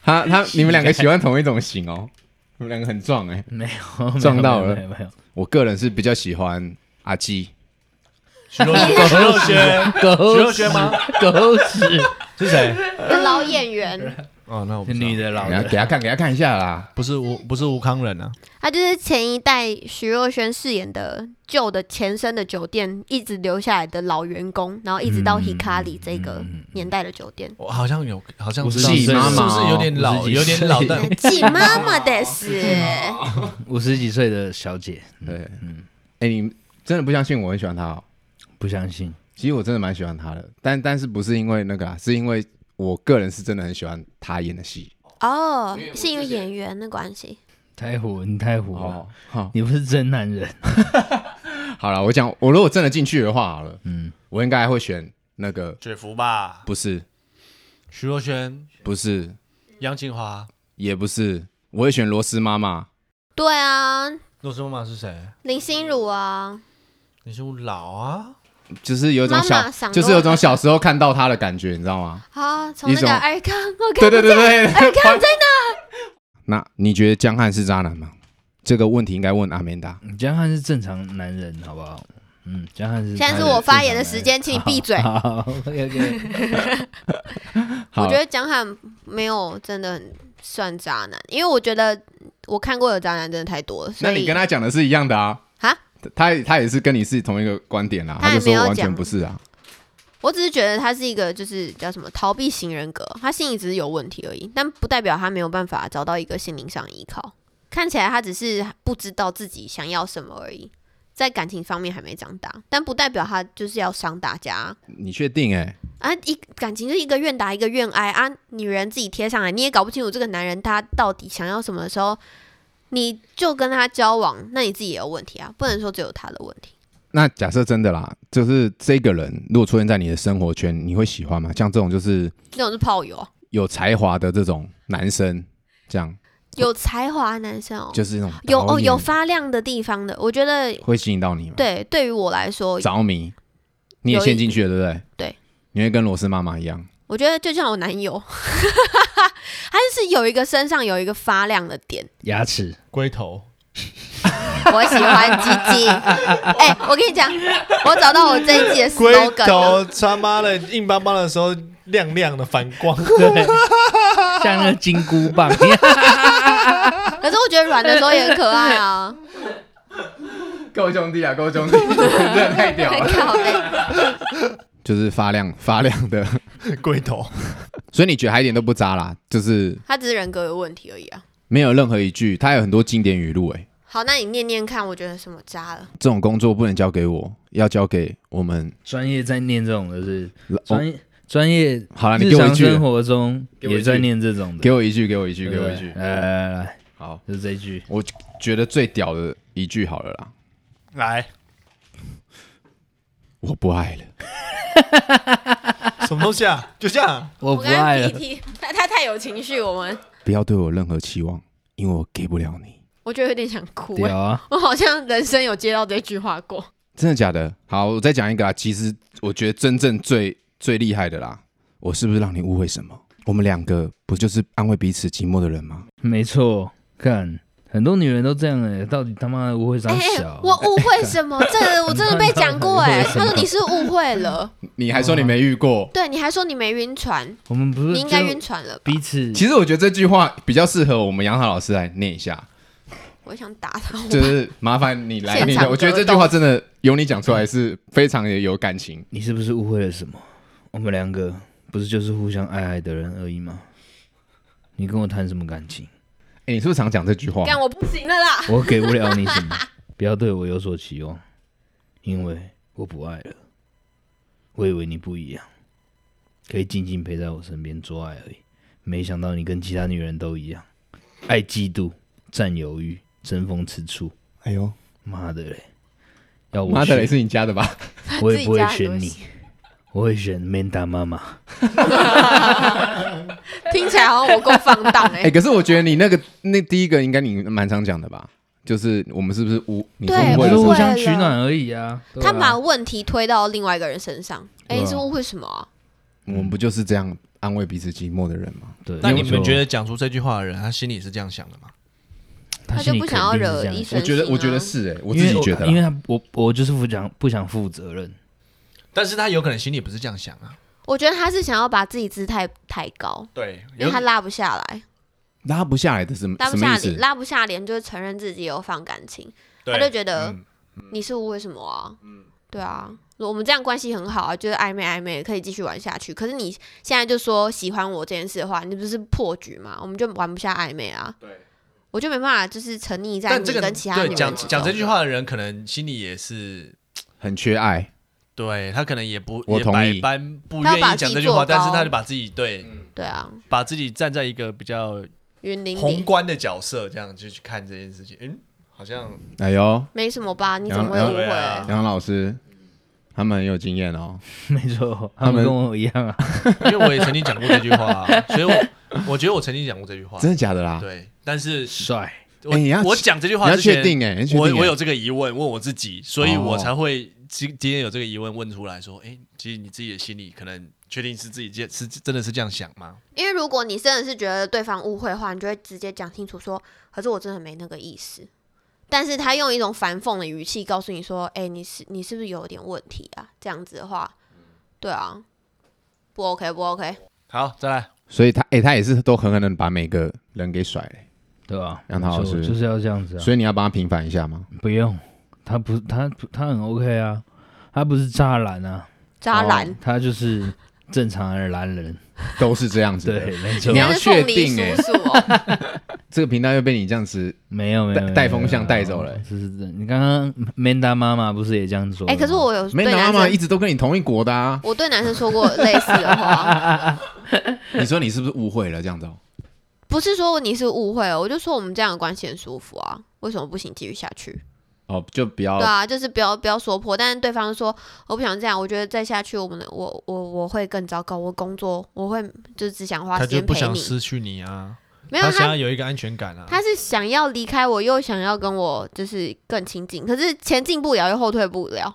Speaker 1: 他他，你们两个喜欢同一种型哦，你们两个很壮哎、
Speaker 3: 没有没有
Speaker 1: 撞到了
Speaker 3: 没有没有，
Speaker 1: 我个人是比较喜欢阿基，
Speaker 5: 徐若瑄，徐若瑄
Speaker 3: 没有
Speaker 5: 徐
Speaker 3: 狗
Speaker 5: 若
Speaker 3: 屎
Speaker 5: 瑄吗？
Speaker 3: 狗屎，
Speaker 5: (laughs) 是谁？
Speaker 4: 老演员，
Speaker 5: 哦，那我不知道
Speaker 3: 女的老
Speaker 1: 给他
Speaker 3: 的，
Speaker 1: 给他看给他看一下啦。
Speaker 5: 不是吴，不是吴康仁啊，
Speaker 4: 他就是前一代徐若瑄饰演的旧的前身的酒店一直留下来的老员工，然后一直
Speaker 1: 嗯
Speaker 4: 到 Hikari 这个年代的酒店。
Speaker 5: 我好像有，好像
Speaker 3: 五十
Speaker 5: 知道
Speaker 1: 几
Speaker 5: 是
Speaker 1: 妈妈哦
Speaker 5: 是不是有点
Speaker 3: 五
Speaker 5: 老，
Speaker 3: 十几
Speaker 5: 有点老，
Speaker 1: (laughs)
Speaker 3: 岁
Speaker 5: 但
Speaker 4: 呃季妈妈的是，
Speaker 3: 五十几岁的小姐，
Speaker 1: 对，嗯，哎、你真的不相信我很喜欢他哦？
Speaker 3: 不相信，
Speaker 1: 其实我真的蛮喜欢他的，但但是不是因为那个啦，是因为我个人是真的很喜欢他演的戏
Speaker 4: 哦，是因为演员的关系。
Speaker 3: 太虎，你太虎了。
Speaker 1: 哦。好，
Speaker 3: 你不是真男人，
Speaker 1: 好了，我讲，我如果真的进去的话，好了，
Speaker 3: 嗯，
Speaker 1: 我应该会选那个，
Speaker 5: 雪芙吧，
Speaker 1: 不是，
Speaker 5: 徐若瑄，
Speaker 1: 不是，
Speaker 5: 杨锦华，
Speaker 1: 也不是，我会选罗斯妈妈。
Speaker 4: 对啊，
Speaker 5: 罗斯妈妈是谁？
Speaker 4: 林心如啊，
Speaker 5: 你是我老啊，
Speaker 1: 就是有一种
Speaker 4: 妈妈
Speaker 1: 小，
Speaker 4: 想
Speaker 1: 就是有一种小时候看到他的感觉，你知道吗？
Speaker 4: 啊，从那
Speaker 1: 一
Speaker 4: 个
Speaker 1: 种
Speaker 4: 尔康，我
Speaker 1: 对
Speaker 4: 看
Speaker 1: 对对对，
Speaker 4: 康
Speaker 1: 在哪？那你觉得江汉是渣男吗？这个问题应该问阿曼达。
Speaker 3: 江汉是正常男人，好不好？嗯，江汉是。
Speaker 4: 现在是我发言的时间，请你闭嘴。
Speaker 3: 好，OK OK。
Speaker 1: 好
Speaker 4: 我觉得江汉没有真的很算渣男，因为我觉得我看过的渣男真的太多了，所
Speaker 1: 那你
Speaker 4: 以
Speaker 1: 跟他讲的是一样的啊？
Speaker 4: 啊，
Speaker 1: 他他也是跟你是同一个观点啦，
Speaker 4: 他
Speaker 1: 他
Speaker 4: 也
Speaker 1: 就
Speaker 4: 没
Speaker 1: 说
Speaker 4: 有
Speaker 1: 完
Speaker 4: 讲
Speaker 1: 全不是啊。
Speaker 4: 我只是觉得他是一个就是叫什么逃避型人格，他心理只是有问题而已，但不代表他没有办法找到一个心灵上的依靠。看起来他只是不知道自己想要什么而已，在感情方面还没长大，但不代表他就是要伤大家啊
Speaker 1: 你确定、欸？哎，
Speaker 4: 啊！一感情就是一个愿打一个愿挨啊，女人自己贴上来，你也搞不清楚这个男人他到底想要什么的时候，你就跟他交往，那你自己也有问题啊，不能说只有他的问题。
Speaker 1: 那假设真的啦，就是这个人如果出现在你的生活圈，你会喜欢吗？像这种就是
Speaker 4: 那种是炮友啊，
Speaker 1: 有才华的这种男生，这样
Speaker 4: 有才华的男生哦，
Speaker 1: 就是那种
Speaker 4: 有
Speaker 1: 导
Speaker 4: 哦
Speaker 1: 演
Speaker 4: 有发亮的地方的，我觉得
Speaker 1: 会吸引到你吗？，
Speaker 4: 对对于我来说，
Speaker 1: 着迷，你也
Speaker 4: 有一
Speaker 1: 陷进去了，对不对？
Speaker 4: 对，
Speaker 1: 你会跟罗斯妈妈一样，
Speaker 4: 我觉得就像我男友，他就是有一个身上有一个发亮的点，
Speaker 3: 牙齿
Speaker 5: 龟头，
Speaker 4: 我喜欢鸡鸡。哎、我跟你讲，我找到我这一季的
Speaker 5: 龟
Speaker 4: slogan
Speaker 5: 头
Speaker 4: 了
Speaker 5: 他妈的硬邦邦的时候亮亮的反 (laughs) 光，
Speaker 3: 对，像那个金箍棒一样。
Speaker 4: 可是我觉得软的时候也很可爱啊，
Speaker 1: (laughs) 够兄弟啊，够 (laughs) 兄弟，真的太屌
Speaker 4: 很靠背。
Speaker 1: 就是发亮发亮的，
Speaker 5: 龟头，
Speaker 1: (laughs) 所以你觉得他一点都不渣啦，就是
Speaker 4: 他只是人格有问题而已啊。
Speaker 1: 没有任何一句，他有很多经典语录、欸，哎，
Speaker 4: 好，那你念念看，我觉得什么渣了？
Speaker 1: 这种工作不能交给我，要交给我们。
Speaker 3: 专业在念这种的是
Speaker 1: 哦
Speaker 3: 专业专业，
Speaker 1: 好了，你
Speaker 3: 日
Speaker 1: 给我一
Speaker 3: 常
Speaker 1: 句，
Speaker 3: 生活中
Speaker 1: 给我一
Speaker 3: 也
Speaker 1: 句
Speaker 3: 在念这种的。
Speaker 1: 给我一句，给我一句，
Speaker 3: 对
Speaker 1: 给
Speaker 3: 不
Speaker 1: 我
Speaker 3: 对
Speaker 1: 一句。
Speaker 3: 来来来来，
Speaker 1: 好，
Speaker 3: 就是这一句。
Speaker 1: 我觉得最屌的一句好了啦，
Speaker 2: 来，
Speaker 1: 我不爱了。
Speaker 5: 什么东西啊？就这样，
Speaker 3: 我
Speaker 4: 我刚刚 PT，他他太有情绪，我们
Speaker 1: 不要对我有任何期望，因为我给不了你。
Speaker 4: 我觉得有点想哭、哎
Speaker 3: 屌啊！
Speaker 4: 我好像人生有接到这句话过。
Speaker 1: 真的假的？好，我再讲一个啊。其实我觉得真正最最厉害的啦，我是不是让你误会什么？我们两个不就是安慰彼此寂寞的人吗？
Speaker 3: 没错，看很多女人都这样哎、到底他妈的误会长小？
Speaker 4: 哎我误会什么？这
Speaker 3: (laughs)
Speaker 4: 个我真的被讲过哎、他说你是误会了，
Speaker 1: 你还说你没遇过？
Speaker 4: 对，你还说你没晕船，
Speaker 3: 我们不是
Speaker 4: 你应该
Speaker 3: 就
Speaker 4: 晕船了吧。
Speaker 3: 彼此
Speaker 1: 其实我觉得这句话比较适合我们杨浩老师来念一下，
Speaker 4: 我想打他，
Speaker 1: (laughs) 就是麻烦你来念一
Speaker 4: 现
Speaker 1: 下。
Speaker 4: 场
Speaker 1: 我觉得这句话真的由你讲出来是非常的有感情。
Speaker 3: 你是不是误会了什么？我们两个不是就是互相爱爱的人而已吗？你跟我谈什么感情？
Speaker 1: 哎，你是不是常讲这句话？
Speaker 4: 干我不行了啦！
Speaker 3: 我给不了你什么，不要对我有所期望，因为我不爱了。我以为你不一样，可以静静陪在我身边做爱而已，没想到你跟其他女人都一样，爱嫉妒、占有欲、争风吃醋。
Speaker 1: 哎呦，
Speaker 3: 妈的嘞！要我
Speaker 1: 妈的嘞，
Speaker 3: 选
Speaker 1: 是你家的吧？
Speaker 3: 我也不会
Speaker 4: 自己家
Speaker 3: 选
Speaker 4: 很多
Speaker 3: 你
Speaker 4: 事， (laughs)
Speaker 3: 我会选 Manda 妈妈。
Speaker 4: 听起来好像我够放
Speaker 3: (laughs)
Speaker 4: 荡哎、
Speaker 1: 哎、可是我觉得你那个那第一个应该你蛮常讲的吧？就是我们是不是误？你说
Speaker 4: 对
Speaker 1: 误
Speaker 3: 我
Speaker 1: 会了
Speaker 3: 们是
Speaker 1: 什
Speaker 3: 互
Speaker 1: 么？
Speaker 3: 相取暖而已啊。对
Speaker 4: 他
Speaker 3: 啊
Speaker 4: 把问题推到另外一个人身上，哎、
Speaker 3: 对啊
Speaker 4: 你是误会什么啊、
Speaker 1: 我们不就是这样安慰彼此寂寞的人吗？
Speaker 3: 对，
Speaker 5: 那你
Speaker 3: 没
Speaker 5: 们
Speaker 3: 错
Speaker 5: 觉得讲出这句话的人，他心里是这样想的吗？
Speaker 3: 他
Speaker 4: 他
Speaker 3: 心
Speaker 4: 就
Speaker 3: 里
Speaker 4: 不
Speaker 3: 肯
Speaker 4: 想要
Speaker 3: 定是
Speaker 4: 惹
Speaker 3: 这样
Speaker 4: 医
Speaker 3: 想
Speaker 4: 生
Speaker 1: 我觉得，
Speaker 4: 信啊
Speaker 1: 我觉得是哎、我自己觉得啦
Speaker 3: 因为他我我就是不想不想负责任， (laughs)
Speaker 5: 但是他有可能心里不是这样想啊。
Speaker 4: 我觉得他是想要把自己姿态抬高，
Speaker 5: 对，
Speaker 4: 因为他拉不下来，
Speaker 1: 拉不下来的是什么
Speaker 4: 拉
Speaker 1: 什
Speaker 4: 不
Speaker 1: 么
Speaker 4: 下
Speaker 1: 意
Speaker 4: 脸，
Speaker 1: 思？
Speaker 4: 拉不下脸就是承认自己有放感情，
Speaker 2: 对
Speaker 4: 他就觉得、
Speaker 5: 嗯
Speaker 4: 你是误会什么啊？对啊。我们这样关系很好啊，就是暧昧暧昧，可以继续玩下去。可是你现在就说喜欢我这件事的话，你不是破局嘛？我们就玩不下暧昧啊。对，我就没办法，就是沉溺在
Speaker 5: 但
Speaker 4: 你
Speaker 5: 这个
Speaker 4: 跟其他女
Speaker 5: 对
Speaker 4: 人
Speaker 5: 讲
Speaker 4: 之中
Speaker 5: 讲这句话的人，可能心里也是，
Speaker 1: 很缺爱，
Speaker 5: 对他可能也不
Speaker 1: 我
Speaker 5: 也
Speaker 1: 同
Speaker 5: 百
Speaker 1: 意
Speaker 5: 般不
Speaker 4: 他
Speaker 5: 愿
Speaker 4: 要把
Speaker 5: 意讲
Speaker 4: 自己
Speaker 5: 这句话，
Speaker 4: 做
Speaker 5: 但是
Speaker 4: 高
Speaker 5: 他就把自己对
Speaker 4: 对啊，
Speaker 5: 把自己站在一个比较
Speaker 4: 云林
Speaker 5: 宏
Speaker 4: 里
Speaker 5: 观的角色，这样就去看这件事情。嗯，好像
Speaker 1: 哎呦，
Speaker 4: 没什么吧？你怎么会
Speaker 1: 然后
Speaker 4: 误会？
Speaker 5: 然后
Speaker 1: 杨老师他们很有经验哦。
Speaker 3: 没错，
Speaker 1: 他
Speaker 3: 他
Speaker 1: 们
Speaker 3: 们跟我一样啊。 (laughs)
Speaker 5: 因为我也曾经讲过这句话啊、
Speaker 4: (laughs)
Speaker 5: 所以我我觉得我曾经讲过这句话。
Speaker 1: 真的假的啦？
Speaker 5: 对，但是
Speaker 3: 帅，
Speaker 5: 我、
Speaker 1: 哎你要
Speaker 5: 我讲这句
Speaker 1: 你
Speaker 5: 话
Speaker 1: 要
Speaker 5: 之前，
Speaker 1: 确定哎、你要确定
Speaker 5: 我
Speaker 1: 哎
Speaker 5: 我有这个疑问，问我自己，所以我
Speaker 1: 哦
Speaker 5: 才会今今天有这个疑问问出来说，哎、其实你自己的心里可能确定是自己这是真的是这样想吗？
Speaker 4: 因为如果你真的是觉得对方误会的话，你就会直接讲清楚说，可是我真的没那个意思。但是他用一种反讽的语气告诉你说，哎、你是你是不是有点问题啊？这样子的话，对啊，不 OK 不 OK。
Speaker 5: 好，再来，
Speaker 1: 所以他哎、他也是都狠狠的把每个人给甩了、
Speaker 3: 对吧？
Speaker 1: 杨桃老师
Speaker 3: 就就是要这样子啊。
Speaker 1: 所以你要帮他平反一
Speaker 5: (laughs)
Speaker 1: 下吗？
Speaker 3: 不用，他不，他他很 OK 啊，他不是渣男啊，
Speaker 4: 渣男，
Speaker 3: 哦他就是正常的男人。
Speaker 1: 都是这样子的。
Speaker 3: 对，没错
Speaker 1: 你，要
Speaker 4: 真是凤
Speaker 1: 确定
Speaker 4: 梨
Speaker 1: 哎
Speaker 4: 叔叔
Speaker 1: (laughs)
Speaker 4: 哦，
Speaker 1: 这个频道又被你这样子，
Speaker 3: 没有没有
Speaker 1: 带
Speaker 3: 没有
Speaker 1: 带风向
Speaker 3: 没有
Speaker 1: 带走了欸
Speaker 3: 是是是，你刚刚 Manda 妈妈不是也这样说？
Speaker 4: 哎、可是。我有
Speaker 1: 没
Speaker 4: 对
Speaker 1: 拿
Speaker 4: 男
Speaker 1: 嘛，一
Speaker 4: 生，
Speaker 1: 直都跟你同一国的
Speaker 4: (laughs)
Speaker 1: 啊。
Speaker 4: 我对男生说过类似的
Speaker 3: 啊
Speaker 4: 话， (laughs)
Speaker 1: 你说你是不是误会了这样子、哦？
Speaker 4: 不是说你是误会哦，我就说我们这样的关系很舒服啊，为什么不行继续下去？
Speaker 1: 哦，就不要
Speaker 4: 对啊，就是不要不要说破，但是对方说我不想这样，我觉得再下去我们的我我我会更糟糕，我工作我会就只想花
Speaker 5: 他
Speaker 4: 时
Speaker 5: 就
Speaker 4: 间
Speaker 5: 不
Speaker 4: 陪
Speaker 5: 想
Speaker 4: 你，
Speaker 5: 失去你啊，
Speaker 4: 没有
Speaker 5: 想
Speaker 4: 他
Speaker 5: 要有一个安全感啊。
Speaker 4: 他是想要离开我，又想要跟我就是更亲近，可是前进不了又后退不了。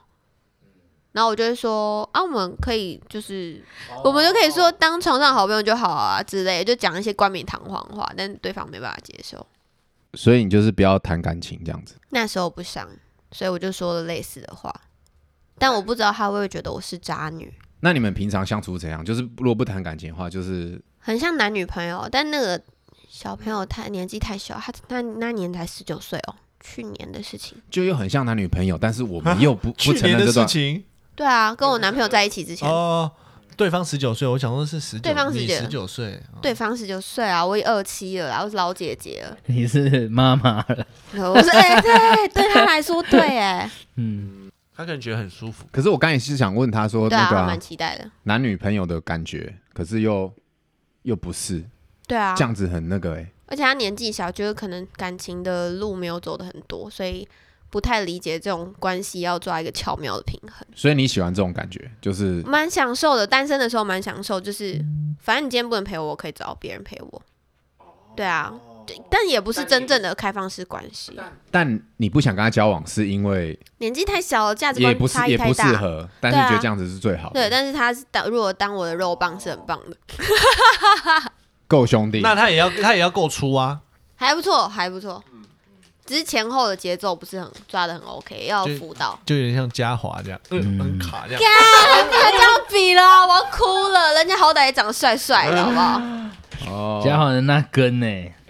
Speaker 4: 然后我就会说啊，我们可以就是，
Speaker 5: 哦
Speaker 4: 我们就可以说当床上好朋友就好啊之类的，就讲一些冠冕堂皇话，但对方没办法接受。
Speaker 1: 所以你就是不要谈感情这样子。
Speaker 4: 那时候不想，所以我就说了类似的话，但我不知道他会不会觉得我是渣女，
Speaker 1: 那你们平常相处怎样？就是如果不谈感情的话，就是
Speaker 4: 很像男女朋友，但那个小朋友太年纪太小，他他那年才十九岁哦，去年的事情。
Speaker 1: 就又很像男女朋友，但是我们
Speaker 5: (laughs)
Speaker 1: 又不
Speaker 5: 去
Speaker 1: 不承
Speaker 5: 年
Speaker 1: 认
Speaker 5: 的
Speaker 1: 这
Speaker 5: 事
Speaker 1: 段。
Speaker 5: 情
Speaker 4: 对啊，跟我男朋友在一起之前，
Speaker 5: 哦，对方十九岁，我想说是十九，
Speaker 4: 对方
Speaker 5: 你
Speaker 4: 19
Speaker 5: 十九岁，
Speaker 4: 对方十九岁啊，我也二七了啦，我是老姐姐了。
Speaker 3: 你是妈妈了，
Speaker 4: 我说，哎、对，对他来说，对、哎，
Speaker 3: 嗯，
Speaker 5: 他可能觉得很舒服。
Speaker 1: 可是我刚才是想问他说
Speaker 4: 对啊，
Speaker 1: 那个
Speaker 4: 还
Speaker 1: 啊、
Speaker 4: 蛮期待的。
Speaker 1: 男女朋友的感觉，可是又又不是
Speaker 4: 对啊
Speaker 1: 这，样子很那个哎、欸。
Speaker 4: 而且他年纪小，就是可能感情的路没有走的很多，所以不太理解这种关系要抓一个巧妙的平衡。
Speaker 1: 所以你喜欢这种感觉，就是
Speaker 4: 蛮享受的，单身的时候蛮享受，就是
Speaker 1: 嗯
Speaker 4: 反正你今天不能陪我，我可以找别人陪我。
Speaker 1: 哦
Speaker 4: 对啊，对但也不是真正的开放式关系，
Speaker 1: 但你不想跟他交往，是因为
Speaker 4: 年纪太小了，价值
Speaker 1: 也
Speaker 4: 观
Speaker 1: 不是
Speaker 4: 差异
Speaker 1: 也
Speaker 4: 太
Speaker 1: 不适
Speaker 4: 大。
Speaker 1: 合，但是
Speaker 4: 对啊
Speaker 1: 觉得这样子是最好
Speaker 4: 对，
Speaker 1: 的，
Speaker 4: 但是他是当如果当我的肉棒是很棒的，
Speaker 1: 够兄弟。
Speaker 5: 那他也要他也要够粗啊，
Speaker 4: 还不错，还不错。
Speaker 1: 嗯
Speaker 4: 只是前后的节奏不是很抓的很 OK，要
Speaker 5: 就
Speaker 4: 辅导。
Speaker 5: 就有点像嘉华这样，嗯，很卡这样。
Speaker 4: 不要这样比了，我要哭了。人家好歹也长得帅帅
Speaker 1: (laughs)
Speaker 4: 的，好不好？
Speaker 1: 哦，
Speaker 3: 嘉华的那根呢、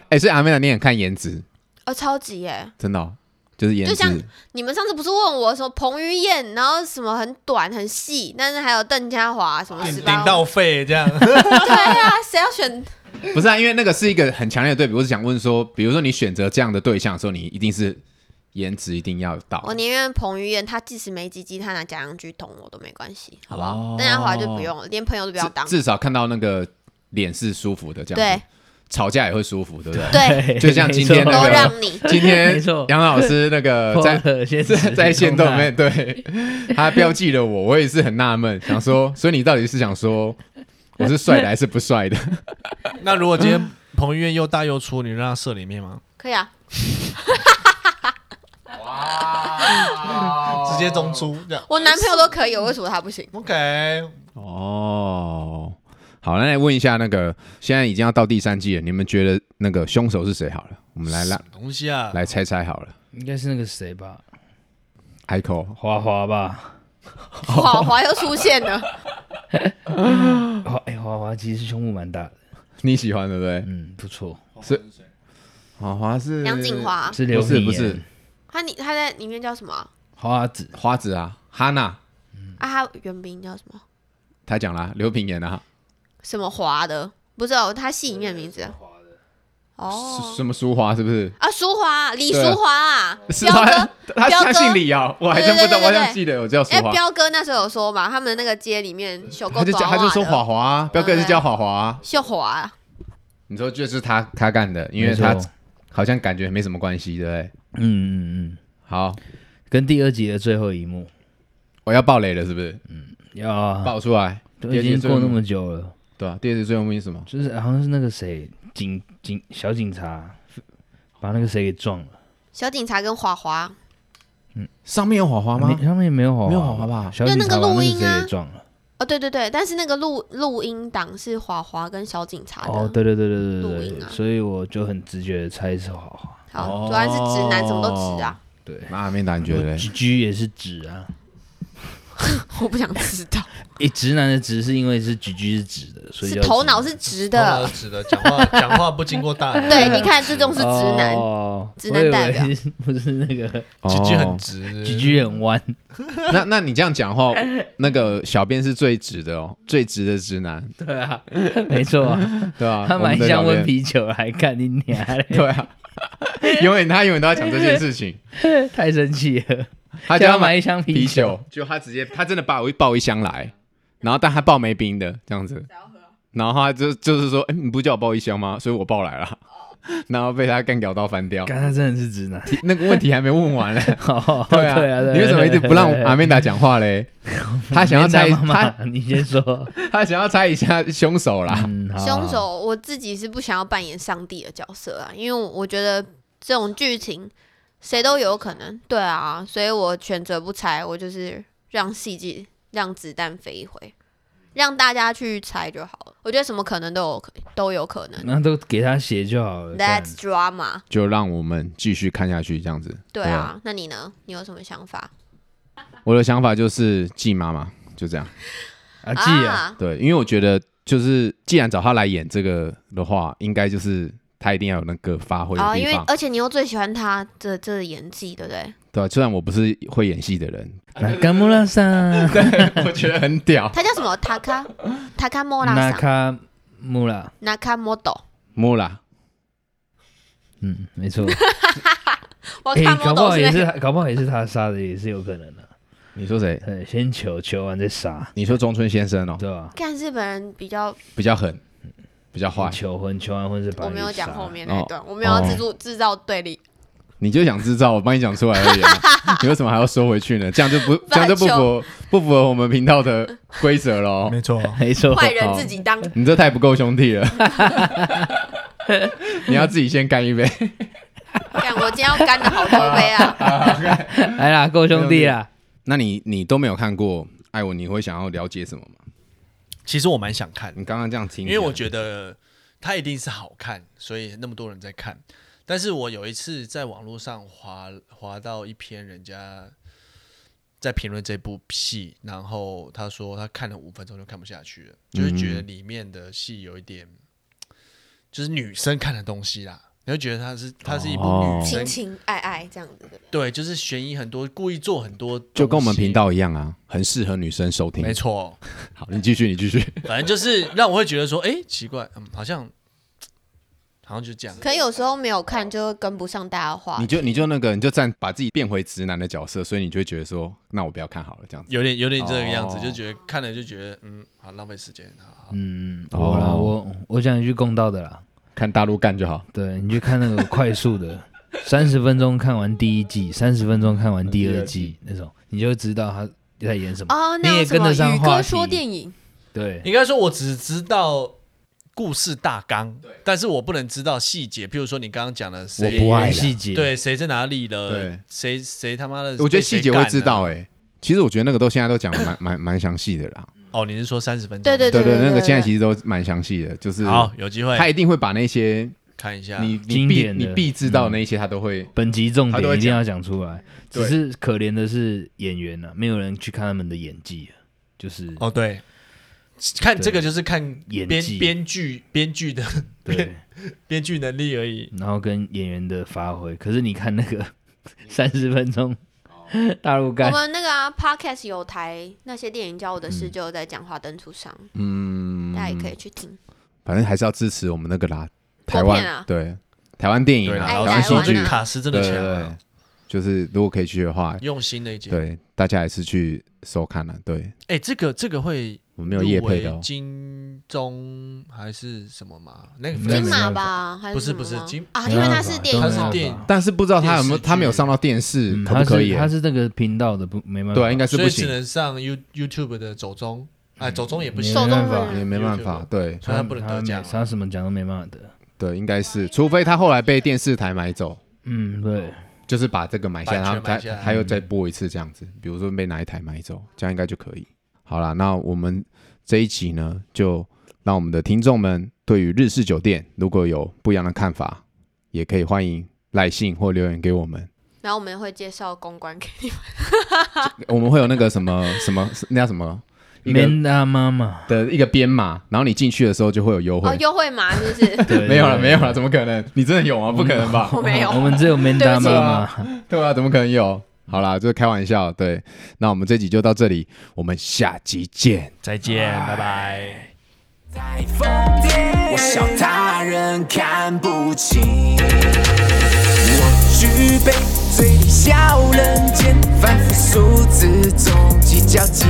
Speaker 1: 哎、所以阿妹呢，你也看颜值，
Speaker 4: 哦，超级耶！
Speaker 1: 真的哦、就是颜
Speaker 4: 就像
Speaker 1: 值。
Speaker 4: 你们上次不是问我什么彭于晏，然后什么很短很细，但是还有邓家华什么
Speaker 1: 啊
Speaker 4: 十
Speaker 5: 顶
Speaker 4: 八
Speaker 5: 顶，到肺这样，
Speaker 4: (laughs) 对啊，谁要选？
Speaker 1: 不是啊，因为那个是一个很强烈的对比。我是想问说，比如说你选择这样的对象的时候，你一定是颜值一定要到，
Speaker 4: 我宁愿彭于晏，他即使没鸡鸡，他拿假洋芋捅我都没关系，好不
Speaker 1: 哦
Speaker 4: 好？邓家华就不用了，连朋友都不要当。
Speaker 1: 至至少看到那个脸是舒服的，这样 (laughs)
Speaker 4: 对
Speaker 1: 子吵架也会舒服，对不对？
Speaker 4: 对，
Speaker 1: 就像今天
Speaker 3: 没
Speaker 1: 那
Speaker 3: 错
Speaker 4: 都
Speaker 1: 个
Speaker 4: 让你。
Speaker 1: (laughs) 今天
Speaker 3: 没错
Speaker 1: 杨老师那
Speaker 3: (laughs)
Speaker 1: 个呃在 (laughs)
Speaker 3: Porter 先
Speaker 1: 在
Speaker 3: 生
Speaker 1: 在线动里
Speaker 3: 动态
Speaker 1: 面，对他标记了我，我也是很纳闷，想说，所以你到底是想说我是帅的还是不帅的？
Speaker 5: (laughs) 那如果今天彭于晏又大又粗，你让他射里面吗？
Speaker 4: 可以啊，
Speaker 5: 直接中出这样
Speaker 4: 我男朋友都可以，为什么他
Speaker 1: (laughs)
Speaker 4: 不行？
Speaker 5: ？OK，
Speaker 1: 哦，好，那来问一下那个，现在已经要到第三季了，你们觉得那个凶手是谁？好了，我们来来
Speaker 5: 什么东西啊，
Speaker 1: 来猜猜好了，
Speaker 3: 应该是那个谁吧，
Speaker 1: 海口
Speaker 3: 华华吧，
Speaker 4: 华华又出现了，
Speaker 3: 华哎华华其实胸部蛮大的，
Speaker 1: 你喜欢对不对？
Speaker 3: 嗯，不错，
Speaker 1: 好，华是
Speaker 4: 杨景，华，
Speaker 3: 是
Speaker 1: 不
Speaker 3: 刘
Speaker 1: 是
Speaker 3: 敏
Speaker 1: 不
Speaker 3: 妍
Speaker 1: 是
Speaker 4: 他你他在里面叫什么啊？
Speaker 3: 花花子，
Speaker 1: 花子啊，哈娜，嗯
Speaker 4: 啊他原名叫什么？
Speaker 1: 他讲啦，刘品言啊，
Speaker 4: 什么华的？不是哦，他戏里面的名字。哦
Speaker 1: 是什么淑华是不是？
Speaker 4: 啊，淑华，李
Speaker 1: 对啊
Speaker 4: 淑华啊，
Speaker 1: (laughs) 是
Speaker 4: 彪
Speaker 1: 他
Speaker 4: 哥。
Speaker 1: 他
Speaker 4: 彪
Speaker 1: 他
Speaker 4: 哥
Speaker 1: 姓李啊，我还真不知道，
Speaker 4: 对对对
Speaker 1: 我好
Speaker 4: 对
Speaker 1: 像
Speaker 4: 对
Speaker 1: 记得我叫淑
Speaker 4: 哎，
Speaker 1: 华，
Speaker 4: 彪哥那时候有说嘛，他们那个街里面小狗
Speaker 1: 他就
Speaker 4: 短
Speaker 1: 讲他就说华
Speaker 4: 华的，
Speaker 1: 华啊，彪哥也是叫华华啊，
Speaker 4: 秀华啊，
Speaker 1: 你说就是他他干的，因为
Speaker 3: 没错
Speaker 1: 他好像感觉没什么关系，对不对？
Speaker 3: 嗯嗯嗯，
Speaker 1: 好，
Speaker 3: 跟第二集的最后一幕，
Speaker 1: 我要爆雷了，是不是？
Speaker 3: 要啊，
Speaker 1: 爆出来，
Speaker 3: 都
Speaker 1: 第二
Speaker 3: 已
Speaker 1: 集
Speaker 3: 经
Speaker 1: 最后
Speaker 3: 过
Speaker 1: 一幕
Speaker 3: 那么久了，
Speaker 1: 对啊，第二集最后一幕是什么？
Speaker 3: 就是好像是那个谁警警小警察把那个谁给撞了，
Speaker 4: 小警察跟华华，
Speaker 1: 上面有火花
Speaker 3: 没他们也没有华华，
Speaker 1: 没有华华吧
Speaker 3: 小警
Speaker 4: 就那
Speaker 3: 察
Speaker 4: 个
Speaker 3: 把那
Speaker 4: 录
Speaker 3: 个
Speaker 4: 音啊
Speaker 3: 谁给撞了，
Speaker 4: 哦，对对对，但是那个录录音档是华华跟小警察的。
Speaker 3: 哦，对对对对对
Speaker 4: 啊录
Speaker 3: 对
Speaker 4: 音
Speaker 3: 对，
Speaker 4: 啊
Speaker 3: 所以我就很直觉的猜是华华。
Speaker 4: 好，主要是直男，什么都直啊，
Speaker 3: 对，
Speaker 1: 那阿面达你觉
Speaker 3: (laughs)
Speaker 1: 得嘞？
Speaker 3: 直居也是直啊，
Speaker 4: (laughs) 我不想知
Speaker 1: (laughs)
Speaker 4: 道，
Speaker 3: 诶，直男的直是因为是居居是直的，所以
Speaker 4: 是
Speaker 3: 叫
Speaker 4: 头
Speaker 3: 直
Speaker 4: 脑是直
Speaker 5: 的
Speaker 1: (laughs)
Speaker 4: 的。
Speaker 5: 指的讲话讲话不经过大脑，
Speaker 4: 对，你看这种是直男，
Speaker 3: 哦、
Speaker 4: 直男代表
Speaker 3: 我以为是不是那个
Speaker 5: 几句很
Speaker 1: 哦
Speaker 5: 直，
Speaker 3: 居居
Speaker 1: (laughs)
Speaker 3: 很弯，
Speaker 1: 那那你这样讲
Speaker 3: (laughs)
Speaker 1: 话，那个小编是最直的哦，最直的直男，
Speaker 3: 对啊，没错啊、
Speaker 1: 对啊，
Speaker 3: 他
Speaker 1: 我们
Speaker 3: 蛮
Speaker 1: 的小
Speaker 3: 像温
Speaker 1: 编，
Speaker 3: 啤酒来看你娘嘞，
Speaker 1: 对
Speaker 3: (laughs)
Speaker 1: 啊，永远他永远都要讲这件事情，
Speaker 3: 太生气了，
Speaker 1: 他叫他
Speaker 3: 叫他买
Speaker 1: 买
Speaker 3: 一箱啤
Speaker 1: 啤
Speaker 3: 酒，
Speaker 1: 酒，就他直接他真的抱一抱一箱来，然后但他抱没冰的这样子，然后他就就是说，哎、你不叫我抱一箱吗？所以我抱来了， (laughs) 然后被他干屌到翻掉。
Speaker 3: 哦干他真的是直
Speaker 1: (laughs)
Speaker 3: 男。
Speaker 1: 那个问题还没问完嘞，
Speaker 3: 好，
Speaker 1: 对
Speaker 3: 啊，对
Speaker 1: 你为什么一直不让
Speaker 3: 对对
Speaker 1: 阿曼达讲话 (laughs) 嘞？他想要猜，
Speaker 3: 你先讲妈
Speaker 1: 他
Speaker 3: 妈你先说。
Speaker 1: 他想要猜一下凶手 (laughs) 啦。
Speaker 3: 嗯，好
Speaker 4: 凶。手，我自己是不想要扮演上帝的角色啊，因为我我觉得这种剧情谁都有可能，对啊，所以我选择不猜，我就是让戏剧让子弹飞一回，让大家去猜就好了。我觉得什么可能都有可都有可能
Speaker 3: 那都给他写就好了。干
Speaker 4: ，That's drama，
Speaker 1: 就让我们继续看下去，这样子。
Speaker 4: 对啊，那你呢？你有什么想法？
Speaker 1: 我的想法就是季妈妈就这样。
Speaker 3: 阿季啊，
Speaker 1: 对，因为我觉得就是既然找他来演这个的话，应该就是他一定要有那个发挥的
Speaker 4: 哦，
Speaker 1: 地
Speaker 4: 因为
Speaker 1: 方，
Speaker 4: 而且你又最喜欢他的这个演技，对不对？
Speaker 1: 对、啊、虽然我不是会演戏的人，
Speaker 3: 那干木拉桑，
Speaker 1: (laughs) 我觉得很屌。
Speaker 4: 他叫什么？塔卡塔卡莫
Speaker 3: (laughs)
Speaker 4: 拉
Speaker 3: 那
Speaker 4: 桑，
Speaker 3: 卡木拉，
Speaker 4: 纳卡莫斗，
Speaker 1: 莫拉，
Speaker 3: 嗯，没错。
Speaker 4: 我
Speaker 3: 哎
Speaker 4: 卡，莫
Speaker 3: 搞不
Speaker 4: 斗
Speaker 3: 好
Speaker 4: 是
Speaker 3: 也
Speaker 4: 那
Speaker 3: 是
Speaker 4: 个
Speaker 3: 他，搞不好也是他杀的，也是有可能的。
Speaker 1: 你说谁？
Speaker 3: 对，先求，求完再杀，
Speaker 1: 你说中村先生哦，
Speaker 3: 对吧？
Speaker 4: 看日本人比较，
Speaker 1: 比较狠，比较坏，
Speaker 3: 求婚，求完婚是把
Speaker 4: 我
Speaker 3: 你
Speaker 4: 没有讲
Speaker 3: 杀哦
Speaker 4: 后面那一段，我没有要制作制造对立，
Speaker 1: 你就想制造，我帮你讲出来而已、
Speaker 4: (laughs)
Speaker 1: 啊，你为什么还要收回去呢？这样就不这样就不符不符合我们频道的规则喽。(laughs)
Speaker 5: 哦没错，
Speaker 3: 没错，
Speaker 4: 坏人自己当。
Speaker 3: 哦
Speaker 1: 你这太不够兄 (laughs) 弟了，你要自己先干一杯。
Speaker 4: 看我今天要干的好多杯
Speaker 3: 哦
Speaker 4: 啊！
Speaker 3: 来啦，够兄弟啦。
Speaker 1: 那你你都没有看过艾文，你会想要了解什么吗？
Speaker 5: 其实我蛮想看，
Speaker 1: 你刚刚这样听
Speaker 5: 因
Speaker 1: 起来，
Speaker 5: 为我觉得它一定是好看，所以那么多人在看。但是我有一次在网络上滑滑到一篇人家在评论这部戏，然后他说他看了五分钟就看不下去了，
Speaker 1: 嗯
Speaker 5: 就是觉得里面的戏有一点，就是女生看的东西啦，你会觉得它是它是一部
Speaker 1: 哦
Speaker 5: 女
Speaker 4: 情
Speaker 5: 生、
Speaker 4: 情爱爱这样子的，
Speaker 5: 对，就是悬疑很多，故意做很多，
Speaker 1: 就跟我们频。道一样啊，很适合女生收听。
Speaker 5: 没，错，
Speaker 1: 好，你继续，你继续。
Speaker 5: 反正就是让我会觉得说，哎、奇怪，嗯，好像，好像就这样。
Speaker 4: 可有时候没有看就会跟不上大家话
Speaker 1: 你。就你就那个，你就站把自己变回直男的角色，所以你就会觉得说，那我不要看好了，这样子。
Speaker 5: 有点有点这个样子，
Speaker 1: 哦
Speaker 5: 就觉得看了就觉得嗯，好浪费时间，好好
Speaker 3: 嗯，我啦，
Speaker 1: 哦
Speaker 3: 我我讲一句公道的啦，
Speaker 1: 看大陆干就好。
Speaker 3: 对你去看那个快速的，三十分钟看完第一季，三十分钟看完第二季那种，你就知道他在演什么。
Speaker 4: 哦，
Speaker 3: 你
Speaker 4: 那
Speaker 3: 也
Speaker 4: 种什
Speaker 3: 跟
Speaker 4: 么
Speaker 3: 得上
Speaker 4: 宇
Speaker 3: 话
Speaker 4: 哥
Speaker 3: 题
Speaker 4: 说电影，
Speaker 3: 对，
Speaker 5: 应该说，我只知道故事大纲，但是我不能知道细节。譬如说你刚刚讲的谁，
Speaker 1: 不爱啦
Speaker 3: 细节，，
Speaker 5: 对谁在哪里了
Speaker 1: 对，
Speaker 5: 谁谁他妈的，
Speaker 1: 我觉得细节会知道
Speaker 5: 哎。
Speaker 1: 哎、其实我觉得那个都现在都讲得蛮蛮蛮详细的啦。
Speaker 5: 哦，你是说三十分钟？
Speaker 4: 对对
Speaker 1: 对
Speaker 4: 对
Speaker 1: 对，
Speaker 4: 对，
Speaker 1: 那个现在
Speaker 4: 对
Speaker 1: 其实都蛮详细的，就是
Speaker 5: 好，啊有机会
Speaker 1: 他一定会把那些
Speaker 5: 看一下。
Speaker 1: 你你
Speaker 3: 经
Speaker 1: 必
Speaker 3: 典的
Speaker 1: 你必知道的那些，他都会。
Speaker 3: 本集重
Speaker 1: 他都
Speaker 3: 点
Speaker 1: 会
Speaker 3: 一定要讲出来。
Speaker 1: 对
Speaker 3: 只是可怜的是演员呐、啊，没有人去看他们的演技啊，就是
Speaker 5: 哦，对，看
Speaker 3: 对
Speaker 5: 这个就是看
Speaker 3: 演
Speaker 5: 编
Speaker 3: 技
Speaker 5: 编剧编剧的 (laughs)
Speaker 3: 对，
Speaker 5: 编剧能力而已。
Speaker 3: 然后跟演员的发挥。可是你看那个 (laughs) 三十分钟
Speaker 5: 哦
Speaker 3: 大陆
Speaker 4: 我
Speaker 1: 哦
Speaker 3: 干，
Speaker 4: 们那个啊，podcast 有台那些电影教我的
Speaker 3: 嗯
Speaker 4: 事，就在讲华灯初上，
Speaker 1: 嗯，
Speaker 4: 大家也可以去听。
Speaker 1: 反正还是要支持我们那个啦，
Speaker 4: 国
Speaker 1: 台湾、
Speaker 4: 片啊
Speaker 1: 对台湾电影
Speaker 5: 对
Speaker 1: 啊，
Speaker 5: 啦，
Speaker 4: 哎
Speaker 1: 台
Speaker 5: 老
Speaker 1: 湾
Speaker 5: 实
Speaker 1: 戏
Speaker 5: 说，
Speaker 1: 剧
Speaker 5: 这，个卡斯真
Speaker 1: 对
Speaker 5: 的
Speaker 1: 对
Speaker 5: 强
Speaker 1: 对
Speaker 5: 啊，，
Speaker 1: 就是如果可以去的话，
Speaker 5: 用心的一集。
Speaker 1: 对大家还是去收看了、对
Speaker 5: 哎，这个这个会
Speaker 1: 我们没有夜配的、
Speaker 5: 入围
Speaker 1: 哦，
Speaker 5: 金钟还是什么嘛？那个
Speaker 3: 嗯
Speaker 4: 金
Speaker 3: 没办
Speaker 4: 马
Speaker 3: 法
Speaker 4: 吧，还
Speaker 5: 不是
Speaker 4: 是
Speaker 5: 不
Speaker 4: 什
Speaker 5: 是
Speaker 4: 么
Speaker 5: 金
Speaker 4: 啊，
Speaker 3: 没
Speaker 4: 因为
Speaker 3: 办
Speaker 4: 它
Speaker 3: 法
Speaker 4: 是
Speaker 3: 都
Speaker 4: 电
Speaker 5: 它
Speaker 4: 影
Speaker 3: 没
Speaker 5: 是
Speaker 3: 办
Speaker 4: 嘛，
Speaker 5: 电
Speaker 3: 法
Speaker 1: 但是不知道他有没有
Speaker 5: 电视剧
Speaker 1: 他没有上到电视，
Speaker 3: 嗯
Speaker 1: 可
Speaker 3: 他
Speaker 1: 不可
Speaker 3: 是
Speaker 1: 以？啊
Speaker 3: 他是那个频道的不没办法，
Speaker 1: 对啊，应该是
Speaker 5: 所
Speaker 1: 不
Speaker 5: 以只
Speaker 1: 行，
Speaker 5: 能上 You YouTube 的走中，哎，走中也不
Speaker 3: 没
Speaker 5: 行，
Speaker 4: 受
Speaker 3: 办
Speaker 4: 众
Speaker 3: 法
Speaker 4: 人
Speaker 1: 也没办法
Speaker 5: YouTube，
Speaker 1: 对
Speaker 5: 所以他不能得奖
Speaker 3: 他
Speaker 5: 啊
Speaker 3: 没他什么奖都没办法得。
Speaker 1: 对，应该是，除非他后来被电视台买走，
Speaker 3: 嗯，
Speaker 1: 哦
Speaker 3: 对，
Speaker 1: 就是把这个买下来，
Speaker 5: 版
Speaker 1: 然后
Speaker 5: 权
Speaker 1: 他
Speaker 5: 买下来嗯
Speaker 1: 他又再播一次这样子，比如说被哪一台买走，这样应该就可以。好啦，那我们这一集呢，就让我们的听众们对于日式酒店如果有不一样的看法，也可以欢迎来信或留言给我们。
Speaker 4: 然后我们会介绍公关给你们。
Speaker 1: 我们会有那个什么什么那叫什么一个
Speaker 3: Man 大妈妈，
Speaker 1: 的一个编码，然后你进去的时候就会有优惠。
Speaker 4: 哦，优惠码是不是？ (laughs)
Speaker 1: (laughs)
Speaker 3: 对，
Speaker 1: 没有了，
Speaker 3: 对
Speaker 1: 没有了，怎么可能？你真的有吗？不可能吧？
Speaker 4: 我没有
Speaker 3: 我。们只有
Speaker 5: (laughs)
Speaker 3: Man 大
Speaker 4: 对不起
Speaker 3: 妈妈，
Speaker 1: (laughs) 对啊，怎么可能有？好啦，这是开玩笑。对，那我们这集就到这里，我们下集见。
Speaker 5: 再见，拜拜。
Speaker 6: 我笑他人看不清。我举杯，醉里笑人间，反复数字中计较几